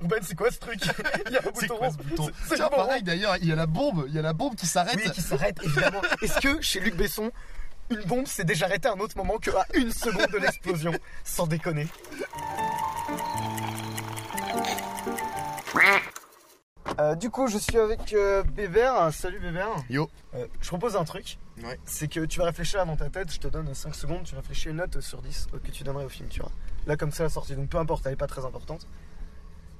Ruben, c'est quoi ce truc Il y a un C'est bouton quoi rond. ce bouton C'est Tiens, le moment. pareil d'ailleurs, il y a la bombe, il y a la bombe qui s'arrête. Oui, qui s'arrête, évidemment. Est-ce que chez Luc Besson, une bombe s'est déjà arrêtée à un autre moment que à une seconde de l'explosion Sans déconner. Euh, du coup, je suis avec euh, Bébert. Salut Bébert. Yo. Euh, je propose un truc. Ouais. C'est que tu vas réfléchir là dans ta tête. Je te donne 5 secondes. Tu réfléchis une note sur 10 que tu donnerais au film, tu vois. Là, comme ça, la sortie. Donc peu importe, elle est pas très importante.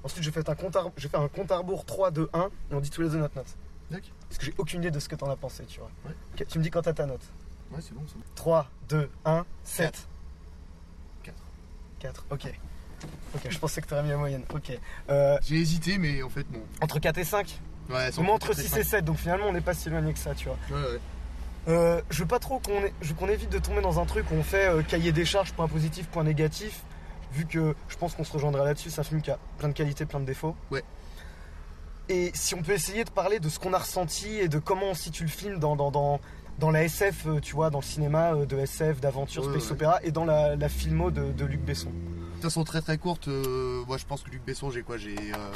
Ensuite, je fais un compte à, je fais un compte à rebours 3, 2, 1. Et on dit tous les deux notre note. D'accord. Parce que j'ai aucune idée de ce que t'en as pensé, tu vois. Ouais. Ok, tu me dis quand t'as ta note. Ouais, c'est bon, c'est bon. 3, 2, 1, 7. Quatre. 4, ok. Ok, je pensais que t'aurais mis la moyenne. Ok. Euh, J'ai hésité, mais en fait, bon. entre 4 et 5 Ouais, c'est Au bon, moins entre c'est 6 fine. et 7, donc finalement on n'est pas si éloigné que ça, tu vois. Ouais, ouais. Euh, je veux pas trop qu'on é- je- qu'on évite de tomber dans un truc où on fait euh, cahier des charges, point positif, point négatif, vu que je pense qu'on se rejoindra là-dessus, c'est un film qui a plein de qualités, plein de défauts. Ouais. Et si on peut essayer de parler de ce qu'on a ressenti et de comment on situe le film dans, dans, dans, dans la SF, euh, tu vois, dans le cinéma euh, de SF, d'aventure, Ouais, space ouais. opéra, et dans la, la filmo de, de Luc Besson. De façon très très courte, euh, moi je pense que Luc Besson, j'ai quoi J'ai. euh,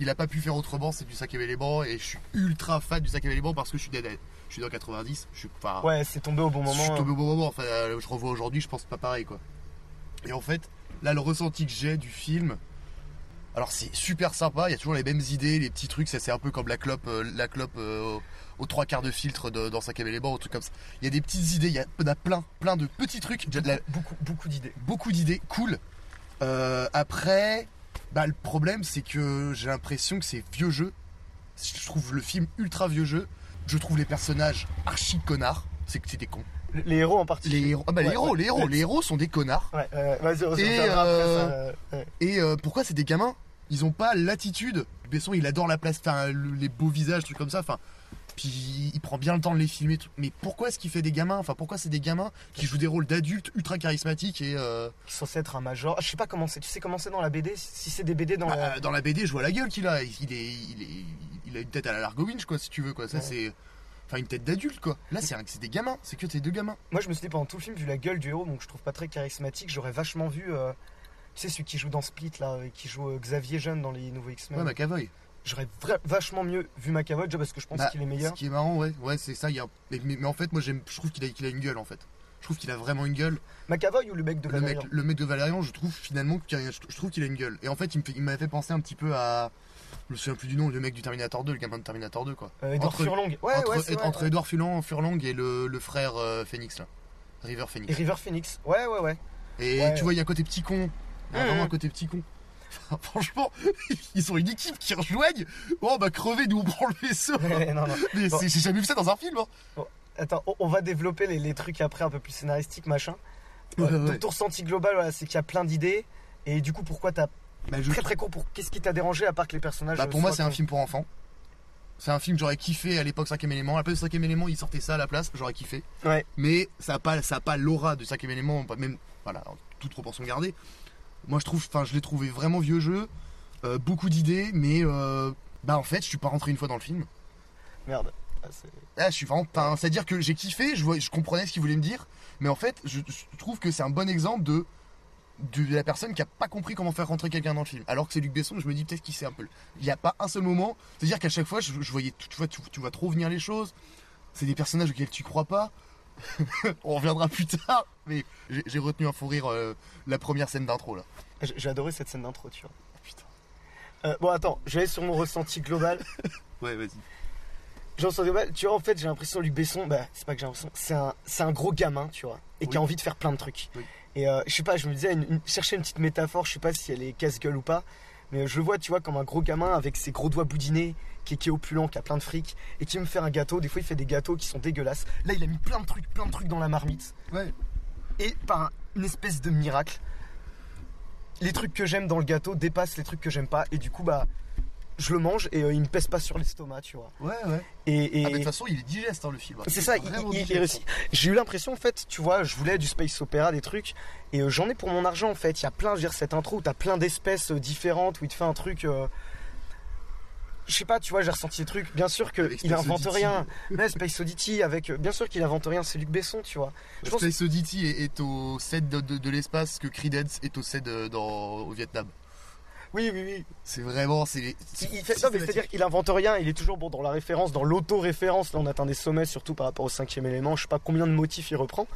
il a pas pu faire autrement, c'est du 5ème élément, et je suis ultra fan du 5ème élément parce que je suis dead. hein. Je suis dans 90, je suis. Enfin, Ouais, c'est tombé au bon je moment. hein. suis tombé au bon moment, enfin, euh, je revois aujourd'hui, je pense pas pareil quoi. Et en fait, là, le ressenti que j'ai du film. Alors c'est super sympa, il y a toujours les mêmes idées, les petits trucs, ça c'est un peu comme la clope, euh, la clope euh, aux trois quarts de filtre de- dans 5ème élément, ou truc comme ça. Il y a des petites idées, il y a, on a plein, plein de petits trucs. Il y a de la- Beaucoup, beaucoup d'idées. beaucoup d'idées cool. Euh, après, bah, le problème, c'est que j'ai l'impression que c'est vieux jeu. Je trouve le film ultra vieux jeu. Je trouve les personnages archi connards. C'est que c'est des cons. Les- Les héros en Les particulier. héros, ah bah, Ouais, les, héros ouais. les héros, les héros sont des connards. Ouais, euh, vas-y, on se Et, reviendra après euh, ça, euh, ouais. Et euh, pourquoi c'est des gamins Ils ont pas l'attitude. Besson, il adore la place, enfin, le- les beaux visages, trucs comme ça. Enfin, puis il prend bien le temps de les filmer. tout. Mais pourquoi est-ce qu'il fait des gamins Enfin, pourquoi c'est des gamins qui jouent des rôles d'adultes ultra charismatiques et euh, qui est censé être un major. Ah, Je sais pas comment c'est. Tu sais comment c'est dans la BD Si c'est des BD dans Bah, la. euh, dans la BD, je vois la gueule qu'il a. Il, est, il, est- il a une tête à la Largo Winch, quoi, si tu veux, quoi. Ça, Ouais. c'est. Enfin, une tête d'adulte, quoi. Là, c'est un- c'est des gamins. C'est que t'es deux gamins. Moi, je me suis dit pendant tout le film, vu la gueule du héros, donc je trouve pas très charismatique, j'aurais vachement vu. euh, Tu sais, celui qui joue dans Split, là, euh, qui joue euh, Xavier Jeune dans les nouveaux X-Men. Ouais, bah, McAvoy. J'aurais vra- vachement mieux vu McAvoy, déjà parce que je pense Bah, qu'il est meilleur. Ce qui est marrant, ouais. Ouais, c'est ça. il Y a... mais, mais- mais en fait, moi, j'aime- je trouve qu'il a, qu'il a une gueule, en fait. Je trouve qu'il a vraiment une gueule. McAvoy ou le mec de Le mec, Valérian le mec de Valérian, je trouve finalement qu'il a, je je trouve qu'il a une gueule. Et en fait, il me fait- il m'a fait penser un petit peu à. Je me souviens plus du nom, le mec du Terminator 2, le gamin de Terminator 2, quoi. Euh, Edward entre- Furlong. Ouais, entre ouais, c'est vrai, entre ouais. Edouard Furlan- Furlong et le, le frère euh, Phoenix, là. River Phoenix. Et River Phoenix. Ouais, ouais, ouais. Et Ouais. tu vois, il y a un côté petit con. Il y a Mmh. vraiment un côté petit con. Enfin, franchement, ils ont une équipe qui rejoignent. Oh, bah crevé, nous on prend le vaisseau. Ouais, non, non. Mais Bon. c'est- j'ai jamais vu ça dans un film. hein. Attends, on, on va développer les, les trucs après un peu plus scénaristiques, machin. Ouais, Euh, ouais, ouais. Donc, ton ressenti global, voilà, c'est qu'il y a plein d'idées. Et du coup, pourquoi t'as Bah, je- très très court pour qu'est-ce qui t'a dérangé à part que les personnages euh, bah, pour moi, soient c'est un con- film pour enfants. C'est un film que j'aurais kiffé à l'époque 5ème élément. À la place de 5ème élément, ils sortaient ça à la place, j'aurais kiffé. ouais Mais ça n'a pas, ça a pas l'aura de 5ème élément, pas- même voilà, en toute proportion gardée. Moi, je trouve, enfin, je l'ai trouvé vraiment vieux jeu, euh, beaucoup d'idées, mais euh, bah en fait, je suis pas rentré une fois dans le film. merde Ah, c'est- Ah, je suis vraiment. enfin, C'est-à-dire que j'ai kiffé, je, vois- je comprenais ce qu'il voulait me dire, mais en fait, je, je trouve que c'est un bon exemple de, de la personne qui a pas compris comment faire rentrer quelqu'un dans le film. Alors que c'est Luc Besson, je me dis peut-être qu'il sait un peu. Il n'y a pas un seul moment. C'est-à-dire qu'à chaque fois, je, je voyais, tu, tu vois, tu, tu vois trop venir les choses. C'est des personnages auxquels tu crois pas. On reviendra plus tard, mais j'ai- j'ai retenu un fou rire euh, la première scène d'intro là. j'ai j'ai adoré cette scène d'intro tu vois Oh, Putain. Euh, bon attends je vais aller sur mon ressenti global Ouais, vas-y. J'ai un ressenti global tu vois en fait j'ai l'impression Luc Besson bah c'est pas que j'ai l'impression c'est un c'est un gros gamin tu vois et qui a Oui. envie de faire plein de trucs Oui. et euh, je sais pas je me disais une- une- chercher une petite métaphore je sais pas si elle est casse-gueule ou pas mais euh, je le vois tu vois comme un gros gamin avec ses gros doigts boudinés qui est, qui est opulent, qui a plein de fric et qui aime faire un gâteau. Des fois, il fait des gâteaux qui sont dégueulasses. Là, il a mis plein de trucs, plein de trucs dans la marmite. Ouais. et par un- une espèce de miracle, les trucs que j'aime dans le gâteau dépassent les trucs que j'aime pas, et du coup, bah, je le mange et euh, il me pèse pas sur l'estomac, tu vois. Ouais, ouais. Et, et- Ah, mais de toute façon, il est digeste hein, le film. c'est ça, il, Vraiment il- il digeste. réussit. J'ai eu l'impression, en fait, tu vois, je voulais du space opéra, des trucs, et euh, j'en ai pour mon argent, en fait. Il y a plein, je veux dire, cette intro où t'as plein d'espèces euh, différentes, où il te fait un truc. euh, Je sais pas, tu vois, j'ai ressenti des trucs. Bien sûr Avec qu'il Space invente Oddity. rien. Mais Space Oddity, avec. euh, Bien sûr qu'il invente rien, c'est Luc Besson, tu vois. Je pense Space E Oddity est, est au 7 de, de- de l'espace que Creedence est au 7 de- dans, au euh, Vietnam. Oui, oui, oui. C'est vraiment. C'est. Il, il fait, non, mais c'est-à-dire qu'il invente rien, il est toujours bon dans la référence, dans l'auto-référence. Là, on atteint des sommets, surtout par rapport au cinquième élément. Je sais pas combien de motifs il reprend,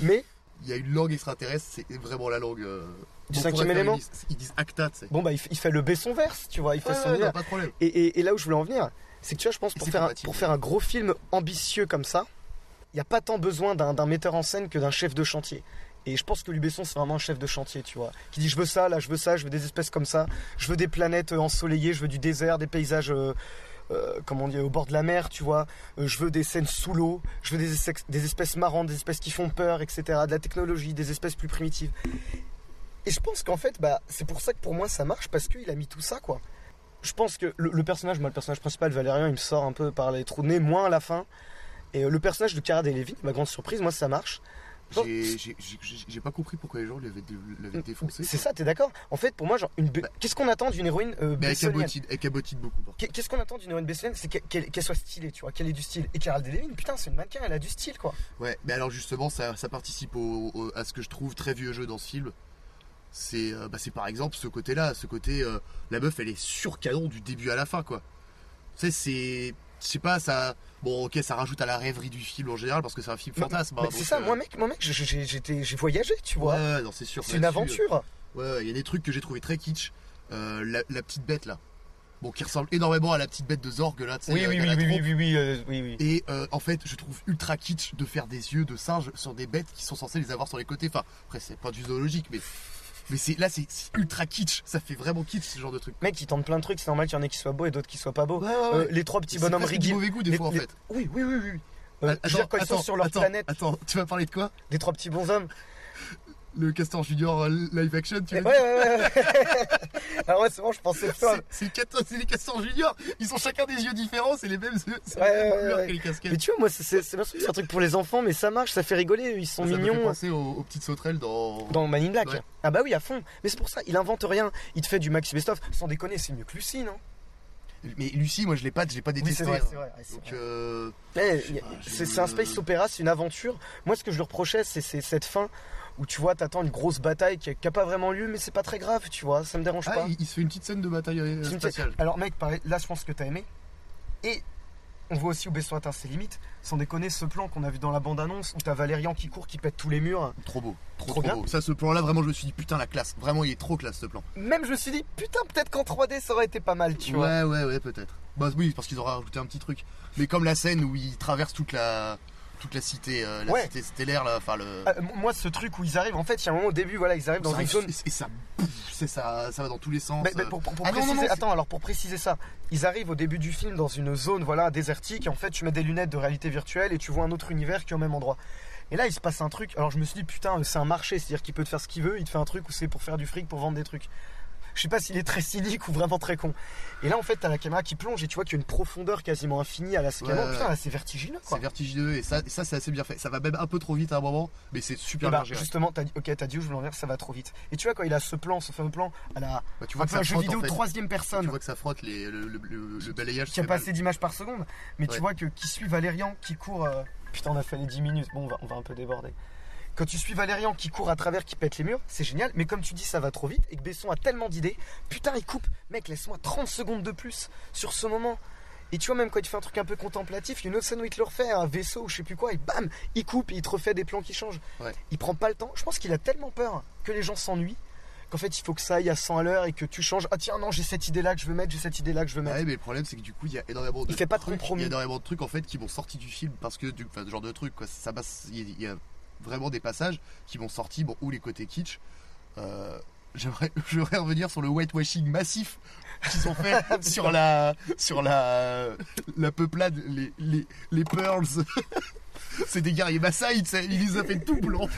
mais Il y a une langue extraterrestre, c'est vraiment la langue. euh, Du bon, cinquième pour être- élément Ils disent, ils disent acta, tu sais. bon, bah, il, f- il fait le B son verse, tu vois, il fait Ouais, son ouais, univers. non, pas de problème. Et, et- et là où je voulais en venir, c'est que tu vois, je pense Et pour c'est faire, un, compatible. pour faire un gros film ambitieux comme ça, il n'y a pas tant besoin d'un d'un metteur en scène que d'un chef de chantier. Et je pense que Luc Besson, c'est vraiment un chef de chantier, tu vois. Qui dit, je veux ça, là, je veux ça, je veux des espèces comme ça, je veux des planètes euh, ensoleillées, je veux du désert, des paysages, euh, euh, comment on dit, au bord de la mer, tu vois. Euh, je veux des scènes sous l'eau, je veux des, essex- des espèces marrantes, des espèces qui font peur, etc. De la technologie, des espèces plus primitives. Et je pense qu'en fait, bah, c'est pour ça que pour moi ça marche, parce qu'il a mis tout ça, quoi. Je pense que le, le personnage, moi, le personnage principal, Valérian, il me sort un peu par les trous de nez, moins à la fin. Et euh, le personnage de Cara Delevingne, ma grande surprise, moi, ça marche. Non. J'ai- j'ai- J'ai j'ai pas compris pourquoi les gens l'avaient dé- l'avaient défoncé. Mm. C'est ça, t'es d'accord En fait, pour moi, genre, une be- Bah. qu'est-ce qu'on attend d'une héroïne euh, Mais elle bessonienne cabotine, elle cabotine beaucoup. par contre. Qu'est- Qu'est-ce qu'on attend d'une héroïne bessonienne C'est qu'elle- qu'elle qu'elle soit stylée, tu vois, qu'elle ait du style. Et Cara Delevingne, putain, c'est une mannequin, elle a du style, quoi. Ouais, mais alors justement, ça, ça participe au- au- à ce que je trouve très vieux jeu dans ce film. C'est euh, bah, c'est par exemple ce côté-là, ce côté. euh, la meuf, elle est sur canon du début à la fin, quoi. Tu sais, c'est. Je sais pas, ça. Bon, ok, ça rajoute à la rêverie du film en général parce que c'est un film Mais- fantasme. hein, Mais c'est donc, ça, euh, moi, mec, moi, mec, je- je- j'ai j'étais- j'ai voyagé, tu Ouais, vois. ouais, non, c'est sûr. c'est une là-dessus, aventure. euh, ouais, ouais, il y a des trucs que j'ai trouvé très kitsch. Euh, la, la petite bête, là. Bon, qui ressemble énormément à la petite bête de Zorg, là, tu sais. euh, dans la trompe. oui, oui, euh, oui, oui. Et euh, en fait, je trouve ultra kitsch de faire des yeux de singe sur des bêtes qui sont censées les avoir sur les côtés. Enfin, après, c'est pas du zoologique, mais, mais c'est, là, c'est c'est ultra kitsch. Ça fait vraiment kitsch ce genre de truc. Mec, ils tentent plein de trucs, c'est normal qu'il y en ait qui soient beaux et d'autres qui soient pas beaux. Euh, les trois petits C'est bonhommes presque du rigides. mauvais goût des les- fois, en les- fait. Oui, oui, oui, oui. Euh, je veux dire, quand ils sont attends, sur leur attends, planète, Attends, tu vas parler de quoi des trois petits bonshommes. Le Castor Junior euh, live action, tu Ouais, veux Eh ouais, ouais. ouais. Alors, ouais, c'est bon, je pensais que C'est, toi. c'est le Castor- c'est les castors juniors, ils ont chacun des yeux différents, c'est les mêmes yeux, c'est Ouais, la même ouais, couleur ouais. que les casquettes. Mais tu vois, moi, c'est- c'est c'est bien sûr que c'est un truc pour les enfants, mais ça marche, ça fait rigoler, ils sont Ça me fait mignons. hein. penser aux, aux petites sauterelles dans. Dans Man in Black. Ouais. Ah bah oui, à fond. Mais c'est pour ça, il invente rien. Il te fait du maxi best-of. Sans déconner, c'est mieux que Lucie, non Mais Lucie, moi je l'ai pas, j'ai pas détesté. hein. ouais, c'est Donc, vrai. euh, Eh, je sais pas, C'est je- c'est un space opéra, c'est une aventure. Moi, ce que je lui reprochais, c'est c'est cette fin où tu vois, t'attends une grosse bataille qui n'a pas vraiment lieu, mais c'est pas très grave, tu vois, ça me dérange Ah, pas. il, il se fait une petite scène de bataille euh, C'est une spatiale. petite- Alors, mec, pareil, là, je pense que t'as aimé. Et on voit aussi où Besson atteint ses limites. Sans déconner, ce plan qu'on a vu dans la bande-annonce où t'as Valérian qui court, qui pète tous les murs. Trop beau, trop, Trop trop bien. beau. Ça, ce plan-là, vraiment, je me suis dit putain la classe. Vraiment, il est trop classe ce plan. Même je me suis dit, putain, peut-être qu'en 3D ça aurait été pas mal, tu vois. ouais, ouais, ouais, peut-être. Bah oui, parce qu'ils auraient rajouté un petit truc. Mais comme la scène où ils traversent toute la toute la cité, euh, la Ouais. cité stellaire, là, enfin le. Ah, m- moi, ce truc où ils arrivent, en fait, il y a un moment au début, voilà, ils arrivent dans ça- une zone. et- Et ça, bouffe, c'est ça, ça va dans tous les sens. Mais- mais euh. pour, pour- pour Ah non, non, préciser, non, c'est- attends, alors pour préciser ça, ils arrivent au début du film dans une zone voilà désertique et en fait tu mets des lunettes de réalité virtuelle et tu vois un autre univers qui est au même endroit. Et là il se passe un truc, alors je me suis dit putain euh, c'est un marché, c'est-à-dire qu'il peut te faire ce qu'il veut, il te fait un truc où c'est pour faire du fric, pour vendre des trucs. Je sais pas s'il est très cynique ou vraiment très con. Et là en fait t'as la caméra qui plonge et tu vois qu'il y a une profondeur quasiment infinie à la Ouais, caméra. ouais. Putain là c'est vertigineux quoi. C'est vertigineux et ça, et ça c'est assez bien fait. Ça va même un peu trop vite à un moment, mais c'est super Et bah, bien géré. justement, t'as dit, ok, t'as dit où je voulais en venir, ça va trop vite. Et tu vois, quand il a ce plan, ce fameux plan, à la, Bah, un tu vois que peu un ça jeu frotte, vidéo en fait. troisième Tu personne. vois que ça frotte les, le, le- le- le balayage. qui a fait mal. pas assez d'images par seconde, mais Ouais. tu vois que qui suit Valérian qui court. euh, Putain, on a fait les 10 minutes, bon, on va, on va un peu déborder. Quand tu suis Valérian qui court à travers, qui pète les murs, c'est génial, mais comme tu dis, ça va trop vite et que Besson a tellement d'idées, putain, il coupe, mec, laisse-moi 30 secondes de plus sur ce moment. Et tu vois, même quand il fait un truc un peu contemplatif, il y a une autre scène où il te le refait, un hein, vaisseau ou je sais plus quoi, et bam, il coupe et il te refait des plans qui changent. Ouais. Il prend pas le temps. Je pense qu'il a tellement peur que les gens s'ennuient qu'en fait, il faut que ça aille à 100 à l'heure et que tu changes. Ah tiens, non, j'ai cette idée là que je veux mettre, j'ai cette idée là que je veux mettre. Ouais, mais le problème, c'est que du coup, il y a énormément de. Il fait pas de trucs, compromis. Il y a énormément de trucs en fait qui m'ont sorti du film parce que, du, enfin, ce genre de truc, quoi. Ça passe. Il y a- il y, a vraiment des passages qui m'ont sorti, bon, ou les côtés kitsch. Euh, J'aimerais j'aimerais revenir sur le whitewashing massif qu'ils ont fait sur la sur la la peuplade les les, les pearls c'est des guerriers Maasai tu sais, ils les ont fait tout blanc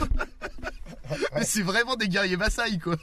mais c'est vraiment des guerriers Maasai quoi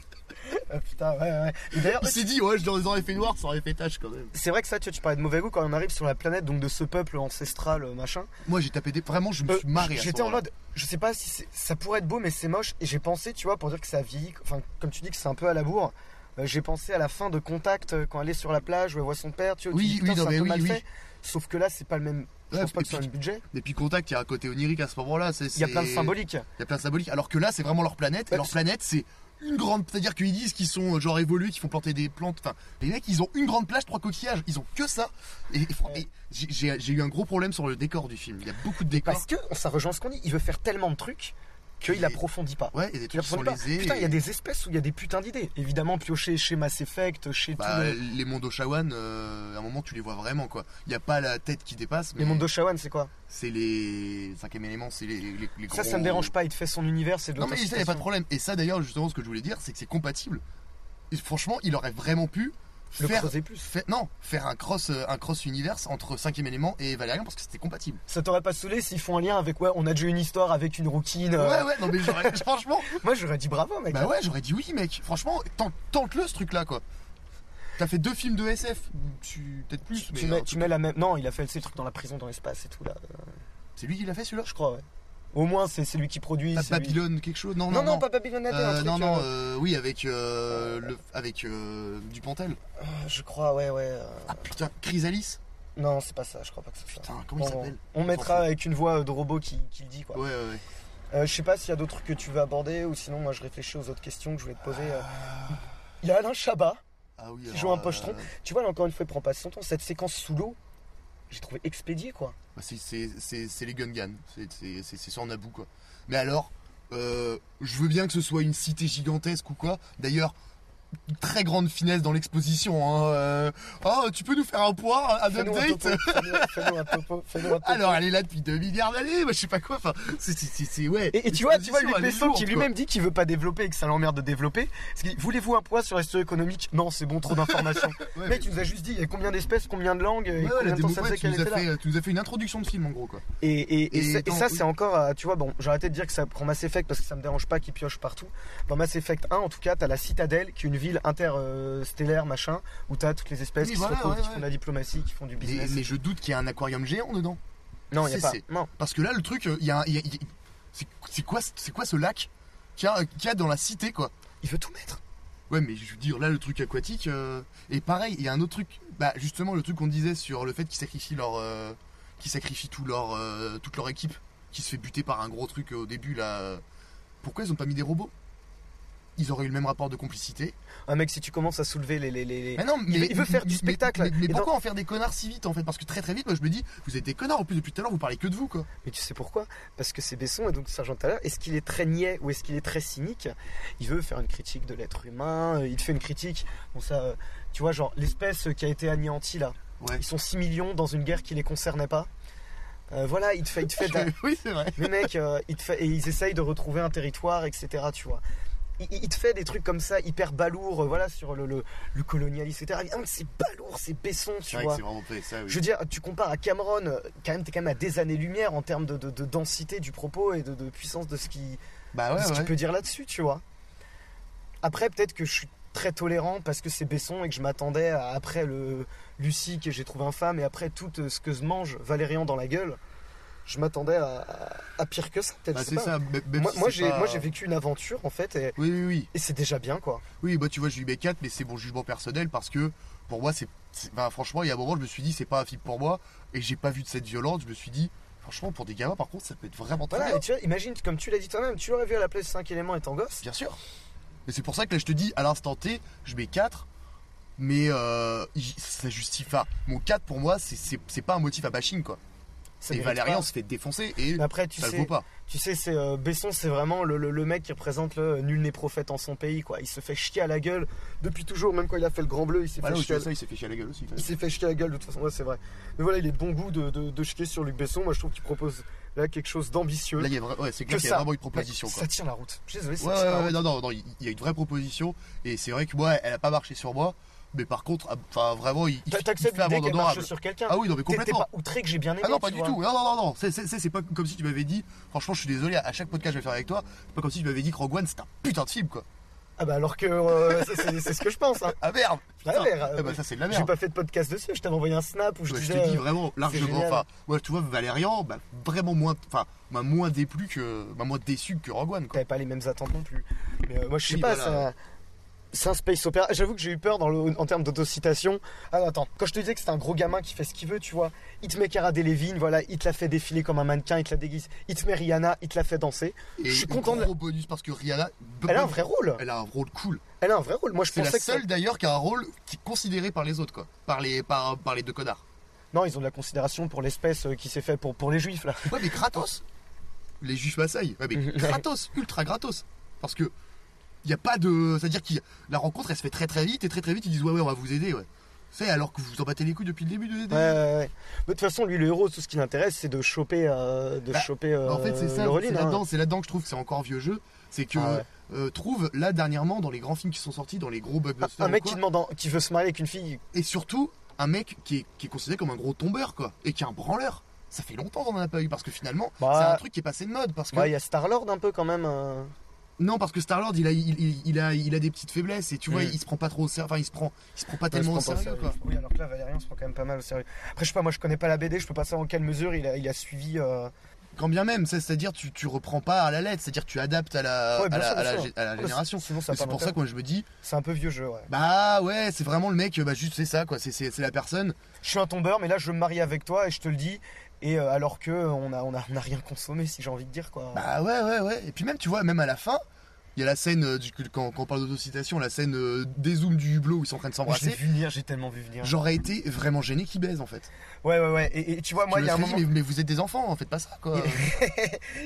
Ah, putain, ouais, ouais. Et d'ailleurs, il s'est dit ouais je les aurais fait noir ça aurait fait tache quand même c'est vrai que ça, tu, vois, tu parlais de mauvais goût quand on arrive sur la planète donc de ce peuple ancestral euh, machin. Moi j'ai tapé des. Vraiment, je me Euh, suis marré. à ce J'étais en moment-là. mode, je sais pas si c'est- ça pourrait être beau, mais c'est moche. Et j'ai pensé, tu vois, pour dire que ça vieillit, enfin, comme tu dis que c'est un peu à la bourre. euh, J'ai pensé à la fin de Contact euh, quand elle est sur la plage où elle voit son père, tu vois, tu Oui, dis, oui, putain, non, c'est un mais peu oui, mal oui. fait. Sauf que là, c'est pas le même. Je Ouais, pense pas et que c'est le puis- même budget. Et puis Contact, il y a un côté onirique à ce moment-là. c'est- Il y a plein de c'est- symboliques. Il y a plein de symboliques. Alors que là, c'est vraiment leur planète. Ouais, et leur c'est- planète, c'est une grande. C'est-à-dire qu'ils disent qu'ils sont euh, genre évolués, qu'ils font planter des plantes. Enfin, les mecs, ils ont une grande plage, trois coquillages. Ils ont que ça. Et, et fran- Ouais. et j'ai- j'ai j'ai eu un gros problème sur le décor du film. Il y a beaucoup de décors. Parce que ça rejoint ce qu'on dit, il veut faire tellement de trucs qu'il Il est- approfondit pas. Ouais, et des Il trucs qui sont approfondit pas. lésés. Putain, il y a et- des espèces où il y a des putains d'idées. Évidemment, piocher chez Mass Effect, chez Bah, tous les... les Mondoshawan, euh, à un moment, tu les vois vraiment, quoi. Il n'y a pas la tête qui dépasse, mais Les mondes de Shawan, c'est quoi c'est les. Cinquième élément, c'est les, les, les Ça, ça me gros- dérange pas, il te fait son univers, c'est de Non mais ça, y a pas de l'autocitation. problème. Et ça d'ailleurs, justement, ce que je voulais dire, c'est que c'est compatible. Et franchement, il aurait vraiment pu Le faire, creuser plus. fait- non, faire un cross, euh, un cross univers entre cinquième élément et Valérian parce que c'était compatible. Ça t'aurait pas saoulé s'ils font un lien avec ouais, on a déjà une histoire avec une rouquine. euh, Ouais ouais, non mais j'aurais- franchement, Moi j'aurais dit bravo mec. bah ouais, j'aurais dit oui, mec. Franchement, tente- tente-le ce truc-là quoi. T'as fait deux films de SF, tu peut-être plus, tu, mais tu mets, un tu truc- mets la même. Non, il a fait c'est le truc dans la prison, dans l'espace et tout là. c'est lui qui l'a fait celui-là. Je crois, ouais. Au moins c'est c'est lui qui produit. Pas c'est lui- Babylone quelque chose Non Non, non, pas Babylone AD, un Euh, truc, non, non, euh, euh, oui, avec, euh, le, avec euh, Dupontel. euh, Je crois, ouais, ouais. euh, Ah putain, Chrysalis Non, c'est pas ça, je crois pas que c'est ça. Putain, comment il Bon, s'appelle on mettra Enfin, avec une voix euh, de robot qui, qui le dit quoi. Ouais, ouais, ouais. Euh, je sais pas s'il y a d'autres trucs que tu veux aborder ou sinon moi je réfléchis aux autres questions que je voulais te poser. euh. Il y a Alain Chabat. Ah oui, Qui joue alors, un pochetron. euh, Tu vois là encore une fois il prend pas son temps. Cette séquence sous l'eau, j'ai trouvé expédiée quoi. bah, c'est- c'est c'est- c'est les Gun Gun. C'est- C'est c'est- c'est ça en abou, quoi. Mais alors, euh, je veux bien que ce soit une cité gigantesque ou quoi. D'ailleurs, très grande finesse dans l'exposition. Hein. euh, Oh, tu peux nous faire un point, un Fais-nous un update topo, fais-nous- Fais-nous un topo, fais-nous un topo. alors, elle est là depuis 2 milliards d'années, bah, je sais pas quoi. Enfin, c'est- c'est- c'est c'est- ouais. Et, et tu vois, tu vois, Luc l'exposition, elle est Besson lourde, qui quoi. lui-même dit qu'il veut pas développer et que ça l'emmerde de développer. Parce qu'il dit, Voulez-vous un poids sur les studios économiques Non, c'est bon, trop d'informations. Ouais, mais- Mec, tu nous as juste dit il y a combien d'espèces, combien de langues, et Ouais, ouais, la combien de temps démo ça presse, faisait tu, qu'elle nous as était là. fait, tu nous as fait une introduction de film en gros quoi. Et, et- et Et ça- et dans- ça, oui. c'est encore, euh, tu vois, bon, j'ai arrêté de dire que ça prend Mass Effect parce que ça me dérange pas qu'ils pioche partout. Dans Mass Effect 1, en tout cas, t'as la Citadelle qui est une ville interstellaire, machin, où t'as toutes les espèces Oui, qui voilà, se reposent, ouais, qui font de la diplomatie, qui font du Mais, business. mais je doute qu'il y ait un aquarium géant dedans. Non, il a c'est- pas. c'est- Non. Parce que là le truc, euh, il y a, un- il y a- il y a- c'est- c'est quoi, ce- c'est quoi ce lac qu'il y, a- euh, qu'il y a dans la cité quoi Il veut tout mettre. Ouais, mais je veux dire, là, le truc aquatique. euh, Et pareil, il y a un autre truc. Bah, justement, le truc qu'on disait sur le fait qu'ils sacrifient leur. euh, qu'ils sacrifient tout leur, euh, toute leur équipe, qui se fait buter par un gros truc euh, au début, là. euh, Pourquoi ils ont pas mis des robots Ils auraient eu le même rapport de complicité. Un mec, si tu commences à soulever les. les, les, les- Mais non, mais. Il veut- il veut faire du mais- spectacle. Mais, mais Et dans- pourquoi en faire des connards si vite, en fait Parce que très très vite, moi, je me dis, vous êtes des connards, en plus, depuis tout à l'heure, vous parlez que de vous, quoi. Mais tu sais pourquoi Parce que c'est Besson et donc Sergent Thaler. Est-ce qu'il est très niais ou est-ce qu'il est très cynique Il veut faire une critique de l'être humain. euh, Il fait une critique. Bon, ça, euh, tu vois, genre l'espèce qui a été anéantie là. Ouais. Ils sont 6 millions dans une guerre qui les concernait pas. Euh, voilà, il te fait, il te fait de la- oui, c'est vrai. mais mec, euh, il te fait, et ils essayent de retrouver un territoire, etc. Tu vois. Il, il- il te fait des trucs comme ça, hyper balourd, euh, voilà, sur le, le, le colonialisme, etc. Ah, mais c'est balourd, c'est Besson, tu C'est vrai que vois. c'est vraiment pas ça, oui. Je veux dire, tu compares à Cameron, euh, quand même, t'es quand même à des années-lumière en termes de, de- de densité du propos et de, de puissance de ce qui- Bah de ouais, ce qu'il ouais. peut dire là-dessus, tu vois. Après, peut-être que je suis très tolérant parce que c'est Besson et que je m'attendais à, après le Lucie que j'ai trouvé infâme et après tout euh, ce que se mange Valérian dans la gueule, je m'attendais à, à- à pire que ça, peut-être. Bah, je sais c'est pas. ça. même- même Moi, si moi, c'est j'ai pas- moi, j'ai vécu une aventure en fait et, Oui, oui, oui. et c'est déjà bien quoi. Oui, bah tu vois, je lui mets 4, mais c'est mon jugement personnel parce que pour moi, c'est. c'est- Bah, franchement, il y a un moment, je me suis dit, c'est pas un film pour moi, et j'ai pas vu de cette violence, je me suis dit, franchement, pour des gamins, par contre, ça peut être vraiment très Voilà, bien. et tu vois, imagine, comme tu l'as dit toi-même, tu l'aurais vu à la place 5 éléments étant gosse. Bien sûr. Et c'est pour ça que là, je te dis, à l'instant T, je mets 4, mais euh, j- ça justifie. Enfin, mon 4 pour moi, c'est- c'est c'est pas un motif à bashing, quoi. ça et mérite Valérian pas. se fait défoncer, et Mais après, Bah, tu ça le sais, vaut pas. Tu sais, c'est euh, Besson, c'est vraiment le, le- le mec qui représente le nul n'est prophète en son pays, quoi. Il se fait chier à la gueule depuis toujours, même quand il a fait le Grand Bleu, il s'est Bah, fait là, au chier. À... ça, il s'est fait chier à la gueule aussi. Il s'est fait chier à la gueule de toute façon, ouais, c'est vrai. Mais voilà, il est de bon goût de, de, de chier sur Luc Besson. Moi, je trouve qu'il propose là quelque chose d'ambitieux. Là, il y a vra- ouais, c'est Que clair qu'il y ça. a vraiment une proposition, Mais quoi. Ça tient la route. Je suis désolé, ça Ouais, tient la ouais, ouais, route. non, non, non, il il y a une vraie proposition et c'est vrai que moi, elle a pas marché sur moi, mais par contre, ah, enfin vraiment, il, il, T'a- il T'acceptes fait l'idée amende qu'elle marche honorable. sur quelqu'un. Ah oui, non, mais T'es- T'es complètement. pas outré que j'ai bien aimé. Ah non, tu pas du vois. tout. Non, non, non, non. C'est, c'est, c'est- c'est pas comme si tu m'avais dit. Franchement, je suis désolé. À chaque podcast que je vais faire avec toi, c'est pas comme si tu m'avais dit que Rogue One c'est un putain de film quoi. Ah bah alors que euh, c'est- c'est c'est ce que je pense. hein. Ah merde. La putain. merde, Eh ben, ça c'est de la J'ai merde. pas fait de podcast dessus. Je t'avais envoyé un snap où je Ouais, je disais. te dis euh, vraiment largement. génial. Enfin, moi, tu vois, Valérian, bah, vraiment moins, enfin, m'a moins déplu que, m'a moins déçu que Rogue One quoi. T'avais pas les mêmes attentes non plus. Mais euh, moi, je sais Oui, pas, voilà. ça. C'est un space opéra. J'avoue que j'ai eu peur dans le, en termes d'autocitation. Ah non, attends, quand je te disais que c'était un gros gamin qui fait ce qu'il veut, tu vois, il te met Cara Delevingne, voilà, il te la fait défiler comme un mannequin, il te la déguise. Il te met Rihanna, il te la fait danser. Et je suis un content de la- Gros bonus parce que Rihanna. Elle a un vrai rôle. Elle a un rôle cool. Elle a un vrai rôle. Moi, je C'est pensais la que ça- seule d'ailleurs qui a un rôle qui est considéré par les autres, quoi. Par les, par, par les deux connards. Non, ils ont de la considération pour l'espèce euh, qui s'est fait pour, pour les juifs là. Ouais, mais Kratos Les juifs Maasai. Ouais, mais Kratos, ultra Kratos. Parce que. Il n'y a pas de. C'est-à-dire que la rencontre, elle se fait très très vite et très très vite, ils disent ouais, ouais, on va vous aider, ouais. C'est alors que vous vous en battez les couilles depuis le début de l'aider. Ouais, ouais, ouais. Mais de toute façon, lui, le héros, tout ce qui l'intéresse, c'est de choper, euh, de Bah, choper euh, En fait, c'est ça, le c'est Rollin, hein. là-dedans, c'est là-dedans que je trouve que c'est encore vieux jeu. C'est que Ah ouais. Ah, euh, trouve là dernièrement dans les grands films qui sont sortis, dans les gros Un- blockbusters, Un ou mec quoi, qui, demande en- qui veut se marier avec une fille. et surtout un mec qui est, qui est considéré comme un gros tombeur quoi, et qui est un branleur. Ça fait longtemps qu'on en a pas eu parce que finalement Bah. c'est un truc qui est passé de mode parce que Ouais, Bah, il y a Star-Lord un peu quand même. euh. non parce que Star Lord il a il, il- il a il a des petites faiblesses et tu vois Mm. il se prend pas trop au sérieux, enfin il se prend il se prend pas Ouais, tellement il au se prend pas sérieux, quoi. Oui, alors que là, Valérian se prend quand même pas mal au sérieux. Après, je sais pas, moi je connais pas la BD, je peux pas savoir en quelle mesure il a, il a suivi. euh, Quand bien même ça c'est-à-dire tu tu reprends pas à la lettre, c'est-à-dire tu adaptes à la Ouais, bien à la- sûr, à bien la sûr. gé- à la génération. Sinon, ça a Mais pas C'est pour ça d'intérêt. que moi je me dis C'est un peu vieux jeu, ouais. Bah ouais, c'est vraiment le mec, bah juste c'est ça quoi, c'est- c'est c'est la personne. Je suis un tombeur, mais là, je veux me marier avec toi et je te le dis. Et euh, alors que euh, on a, on, a, on a rien consommé, si j'ai envie de dire quoi. Bah ouais, ouais, ouais. Et puis même, tu vois, même à la fin, il y a la scène, euh, du, quand, quand on parle d'autocitation, la scène euh, des zooms du hublot où ils sont en train de je l'ai s'embrasser, vu hein. venir, j'ai tellement vu venir. j'aurais été vraiment gêné qu'ils baisent en fait. Ouais, ouais, ouais. Et, et tu vois, moi, Moi, il y a un moment. mais, mais vous êtes des enfants, en faites pas ça quoi.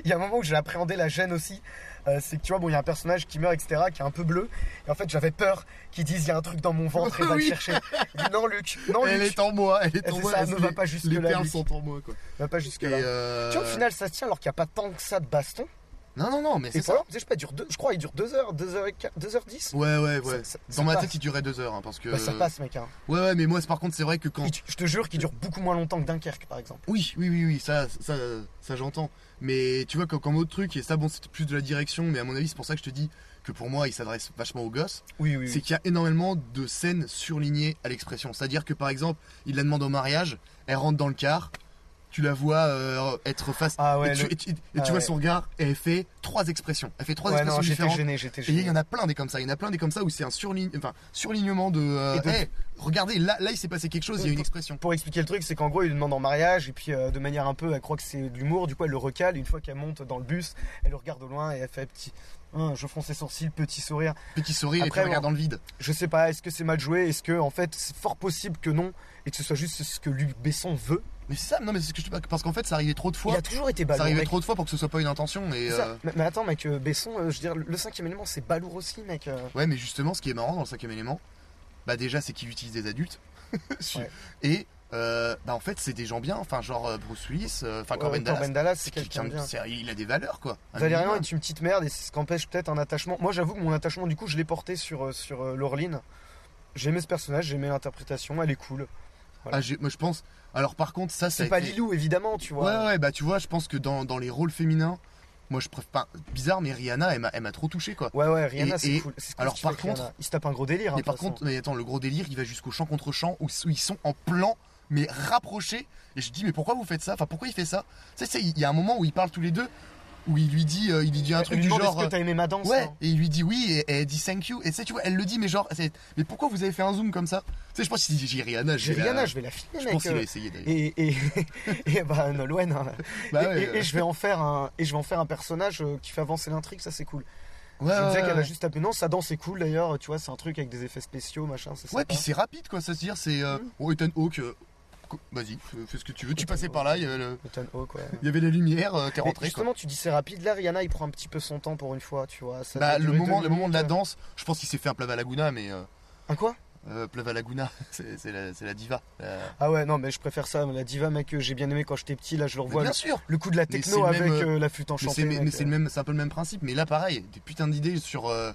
Il y a un moment où j'ai appréhendé la gêne aussi. Euh, c'est que tu vois, bon, il y a un personnage qui meurt, etc., qui est un peu bleu. Et en fait, j'avais peur qu'ils disent il y a un truc dans mon ventre et va le Oui. chercher. Je dis, non, Luc, non, elle Oh, Luc, est en moi, elle est Eh, en c'est moi. ça, parce ne que va les- pas jusque-là, Les perles Luc. sont en moi quoi. va pas jusque-là. Et, euh, Tu vois, au final, ça se tient alors qu'il n'y a pas tant que ça de baston. Non, non, non, mais Et c'est pour ça. l'heure, tu sais, je, sais pas, il dure deux- je crois il dure 2h, 2h10. Ouais, ouais, ouais. Ça- ça- ça Dans ma passe. tête, il durait deux heures hein, parce que. Bah, ça passe, mec. hein. Ouais, ouais, mais moi, c'est- par contre, c'est vrai que quand. Il- Je te jure qu'il dure beaucoup moins longtemps que Dunkerque, par exemple. Oui, oui, oui, oui, ça, ça, ça j'entends. Mais tu vois, comme, comme autre truc, et ça, bon, c'était plus de la direction, mais à mon avis, c'est pour ça que je te dis que pour moi, il s'adresse vachement aux gosses, Oui, oui, c'est qu'il y a énormément de scènes surlignées à l'expression. C'est-à-dire que, par exemple, il la demande au mariage, elle rentre dans le car, tu la vois euh, être face. Ah ouais, et tu, le- et tu- et tu Ah vois ouais. son regard, et elle fait trois expressions. Elle fait trois Ouais, expressions non, j'étais différentes. gêné, j'étais Et il gêné. y en a plein des comme ça, il y en a plein des comme ça où c'est un surligne, enfin, surlignement de. euh, Et de- hey, regardez, là, là il s'est passé quelque chose, il y a une expression. Pour expliquer le truc, c'est qu'en gros, il lui demande en mariage, et puis euh, de manière un peu, elle croit que c'est de l'humour, du coup, elle le recale. Une fois qu'elle monte dans le bus, elle le regarde au loin et elle fait petit. Hein, je fronce les sourcils, petit sourire. Petit sourire Après, et puis regarde bon. dans le vide. Je sais pas, est-ce que c'est mal joué Est-ce que, en fait, c'est fort possible que non, et que ce soit juste ce que Luc Besson veut Mais c'est ça, non mais c'est ce que je te parce qu'en fait ça arrivait trop de Il fois. a toujours été Ça ballot. arrivait mec. trop de fois pour que ce soit pas une intention et C'est ça. euh, Mais, mais attends, mec, euh, Besson, euh, je veux dire, le cinquième élément, c'est balourd aussi, mec. euh. ouais mais justement ce qui est marrant dans le cinquième élément, bah déjà c'est qu'il utilise des adultes Ouais. et euh, bah en fait c'est des gens bien, enfin genre euh, Bruce Willis, euh, enfin Ouais, Corbin Dallas, Corbin Dallas, c'est c'est quelqu'un quelqu'un de bien. c'est- il a des valeurs quoi. Un Valérian minimum. est une petite merde et c'est ce qui empêche peut-être un attachement. Moi, j'avoue que mon attachement, du coup, je l'ai porté sur, euh, sur euh, Laureline. J'aimais ce personnage, j'aimais l'interprétation, elle est cool. voilà. Ah, j'ai- moi je pense. Alors par contre ça ça a C'est pas été- Lilou, évidemment, tu Ouais vois. ouais bah tu vois je pense que dans, dans les rôles féminins, moi je préfère pas bizarre mais Rihanna elle m'a- elle m'a trop touché quoi. Ouais, ouais, Rihanna, Et- c'est et- cool. C'est ce que alors, tu par fais avec contre- Rihanna. il se tape un gros délire. hein, Mais de par toute façon. contre, mais attends, le gros délire, il va jusqu'au champ contre champ où, où ils sont en plan, mais rapprochés. Et je dis, mais pourquoi vous faites ça Enfin, pourquoi il fait ça Tu sais, tu sais, il y a un moment où ils parlent tous les deux, où il lui dit, euh, il lui dit un Elle truc lui du demande, genre. Est-ce que t'as aimé ma danse Ouais, hein et il lui dit oui, et, et elle dit thank you. Et tu sais, tu vois, elle le dit, mais genre, c'est- mais pourquoi vous avez fait un zoom comme ça Tu sais, je pense qu'il dit, j'ai Rihanna, J'ai je vais la- Rihanna, je vais la filmer, Je mec. pense qu'il euh, a essayé d'ailleurs. Et, et, et bah, Nolwenn. hein. Bah et, ouais, et- et ouais, je vais en faire un, et je vais en faire un personnage euh, qui fait avancer l'intrigue, ça c'est cool. ouais, je me disais Ah, ouais, qu'elle ouais. a juste tapé. Non, sa danse est cool d'ailleurs, tu vois, c'est un truc avec des effets spéciaux, machin, c'est Ouais, sympa. puis c'est rapide quoi, ça se dire, c'est. euh, oh, Ethan Hawke, euh, co- vas-y, euh, fais ce que tu veux, tu Mm. Ethan passais Hawke. par là, il y avait le- Ethan Hawke, ouais. il y avait la lumière, euh, t'es Mais rentré quoi. justement, tu dis c'est rapide. Là, Rihanna, il prend un petit peu son temps pour une fois, tu vois. Ça Bah, doit le durer moment, deux le moment de la minutes. hein. danse, je pense qu'il s'est fait un Plava Laguna, mais euh, Un quoi euh, Plava Laguna, c'est c'est la, c'est la diva. Euh, Ah ouais, non, mais je préfère ça. mais La diva, mec, euh, j'ai bien aimé quand j'étais petit. Là, je le mais revois. bien Le, sûr, le coup de la Mais techno c'est le avec même, euh, la flûte mais c'est enchantée. mais mec, c'est euh. le même, c'est un peu le même principe. Mais là, pareil, des putains d'idées sur euh,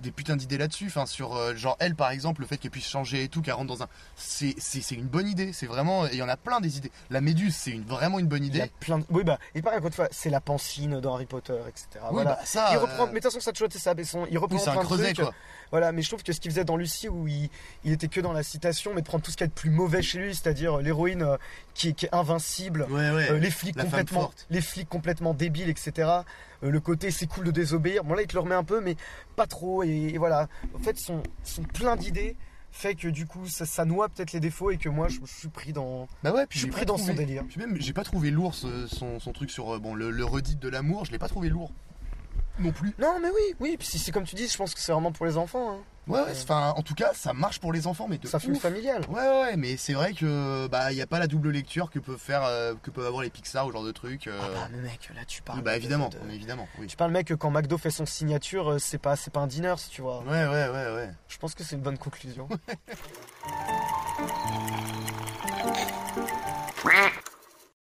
des putains d'idées là-dessus. Enfin, sur euh, genre elle, par exemple, le fait qu'elle puisse changer et tout, qu'elle rentre dans un, c'est c'est- c'est une bonne idée. C'est vraiment, il y en a plein des idées. La méduse, c'est une vraiment une bonne Il y a idée. plein de... Oui, bah, et pareil, encore une fois, c'est la pancine dans Harry Potter, etc. Oui, voilà. bah, ça. il euh, reprend, mais de toute façon, ça te chouette, c'est ça, Besson. Il reprend oui, c'est un creuset quoi. Voilà, mais je trouve que ce qu'il faisait dans Lucie, où il, il était que dans la citation, mais de prendre tout ce qu'il y a de plus mauvais chez lui, c'est-à-dire euh, l'héroïne euh, qui, est- qui est invincible, Ouais, ouais. Euh, les flics La femme complètement, forte. les flics complètement débiles, etc. Euh, le côté c'est cool de désobéir. Bon là il te le remet un peu, mais pas trop. Et et, et voilà. En fait, son, son plein d'idées fait que du coup, ça, ça noie peut-être les défauts et que moi, je, je suis pris dans, Bah ouais, je puis suis j'ai pris pas dans son trouvé- délire. Puis même, j'ai pas trouvé lourd ce- son, son truc sur euh, bon, le, le redit de l'amour, je l'ai pas trouvé lourd non plus. Non, mais oui, oui. Puis c'est- c'est comme tu dis, je pense que c'est vraiment pour les enfants. hein. Ouais, ouais, c'est- 'fin, en tout cas, ça marche pour les enfants, mais de Ça fume ouf. familial. Ouais, ouais, ouais, mais c'est vrai que bah y a pas la double lecture que peuvent faire euh, que peuvent avoir les Pixar ou genre de trucs. euh. Ah bah, mais mec, là, tu Oui, parles. bah de- évidemment, de- mais évidemment, oui. Tu parles, mec, que quand McDo fait son signature, euh, c'est pas, c'est pas un dinner, si tu vois. Ouais, ouais, ouais, ouais. Je pense que c'est une bonne conclusion.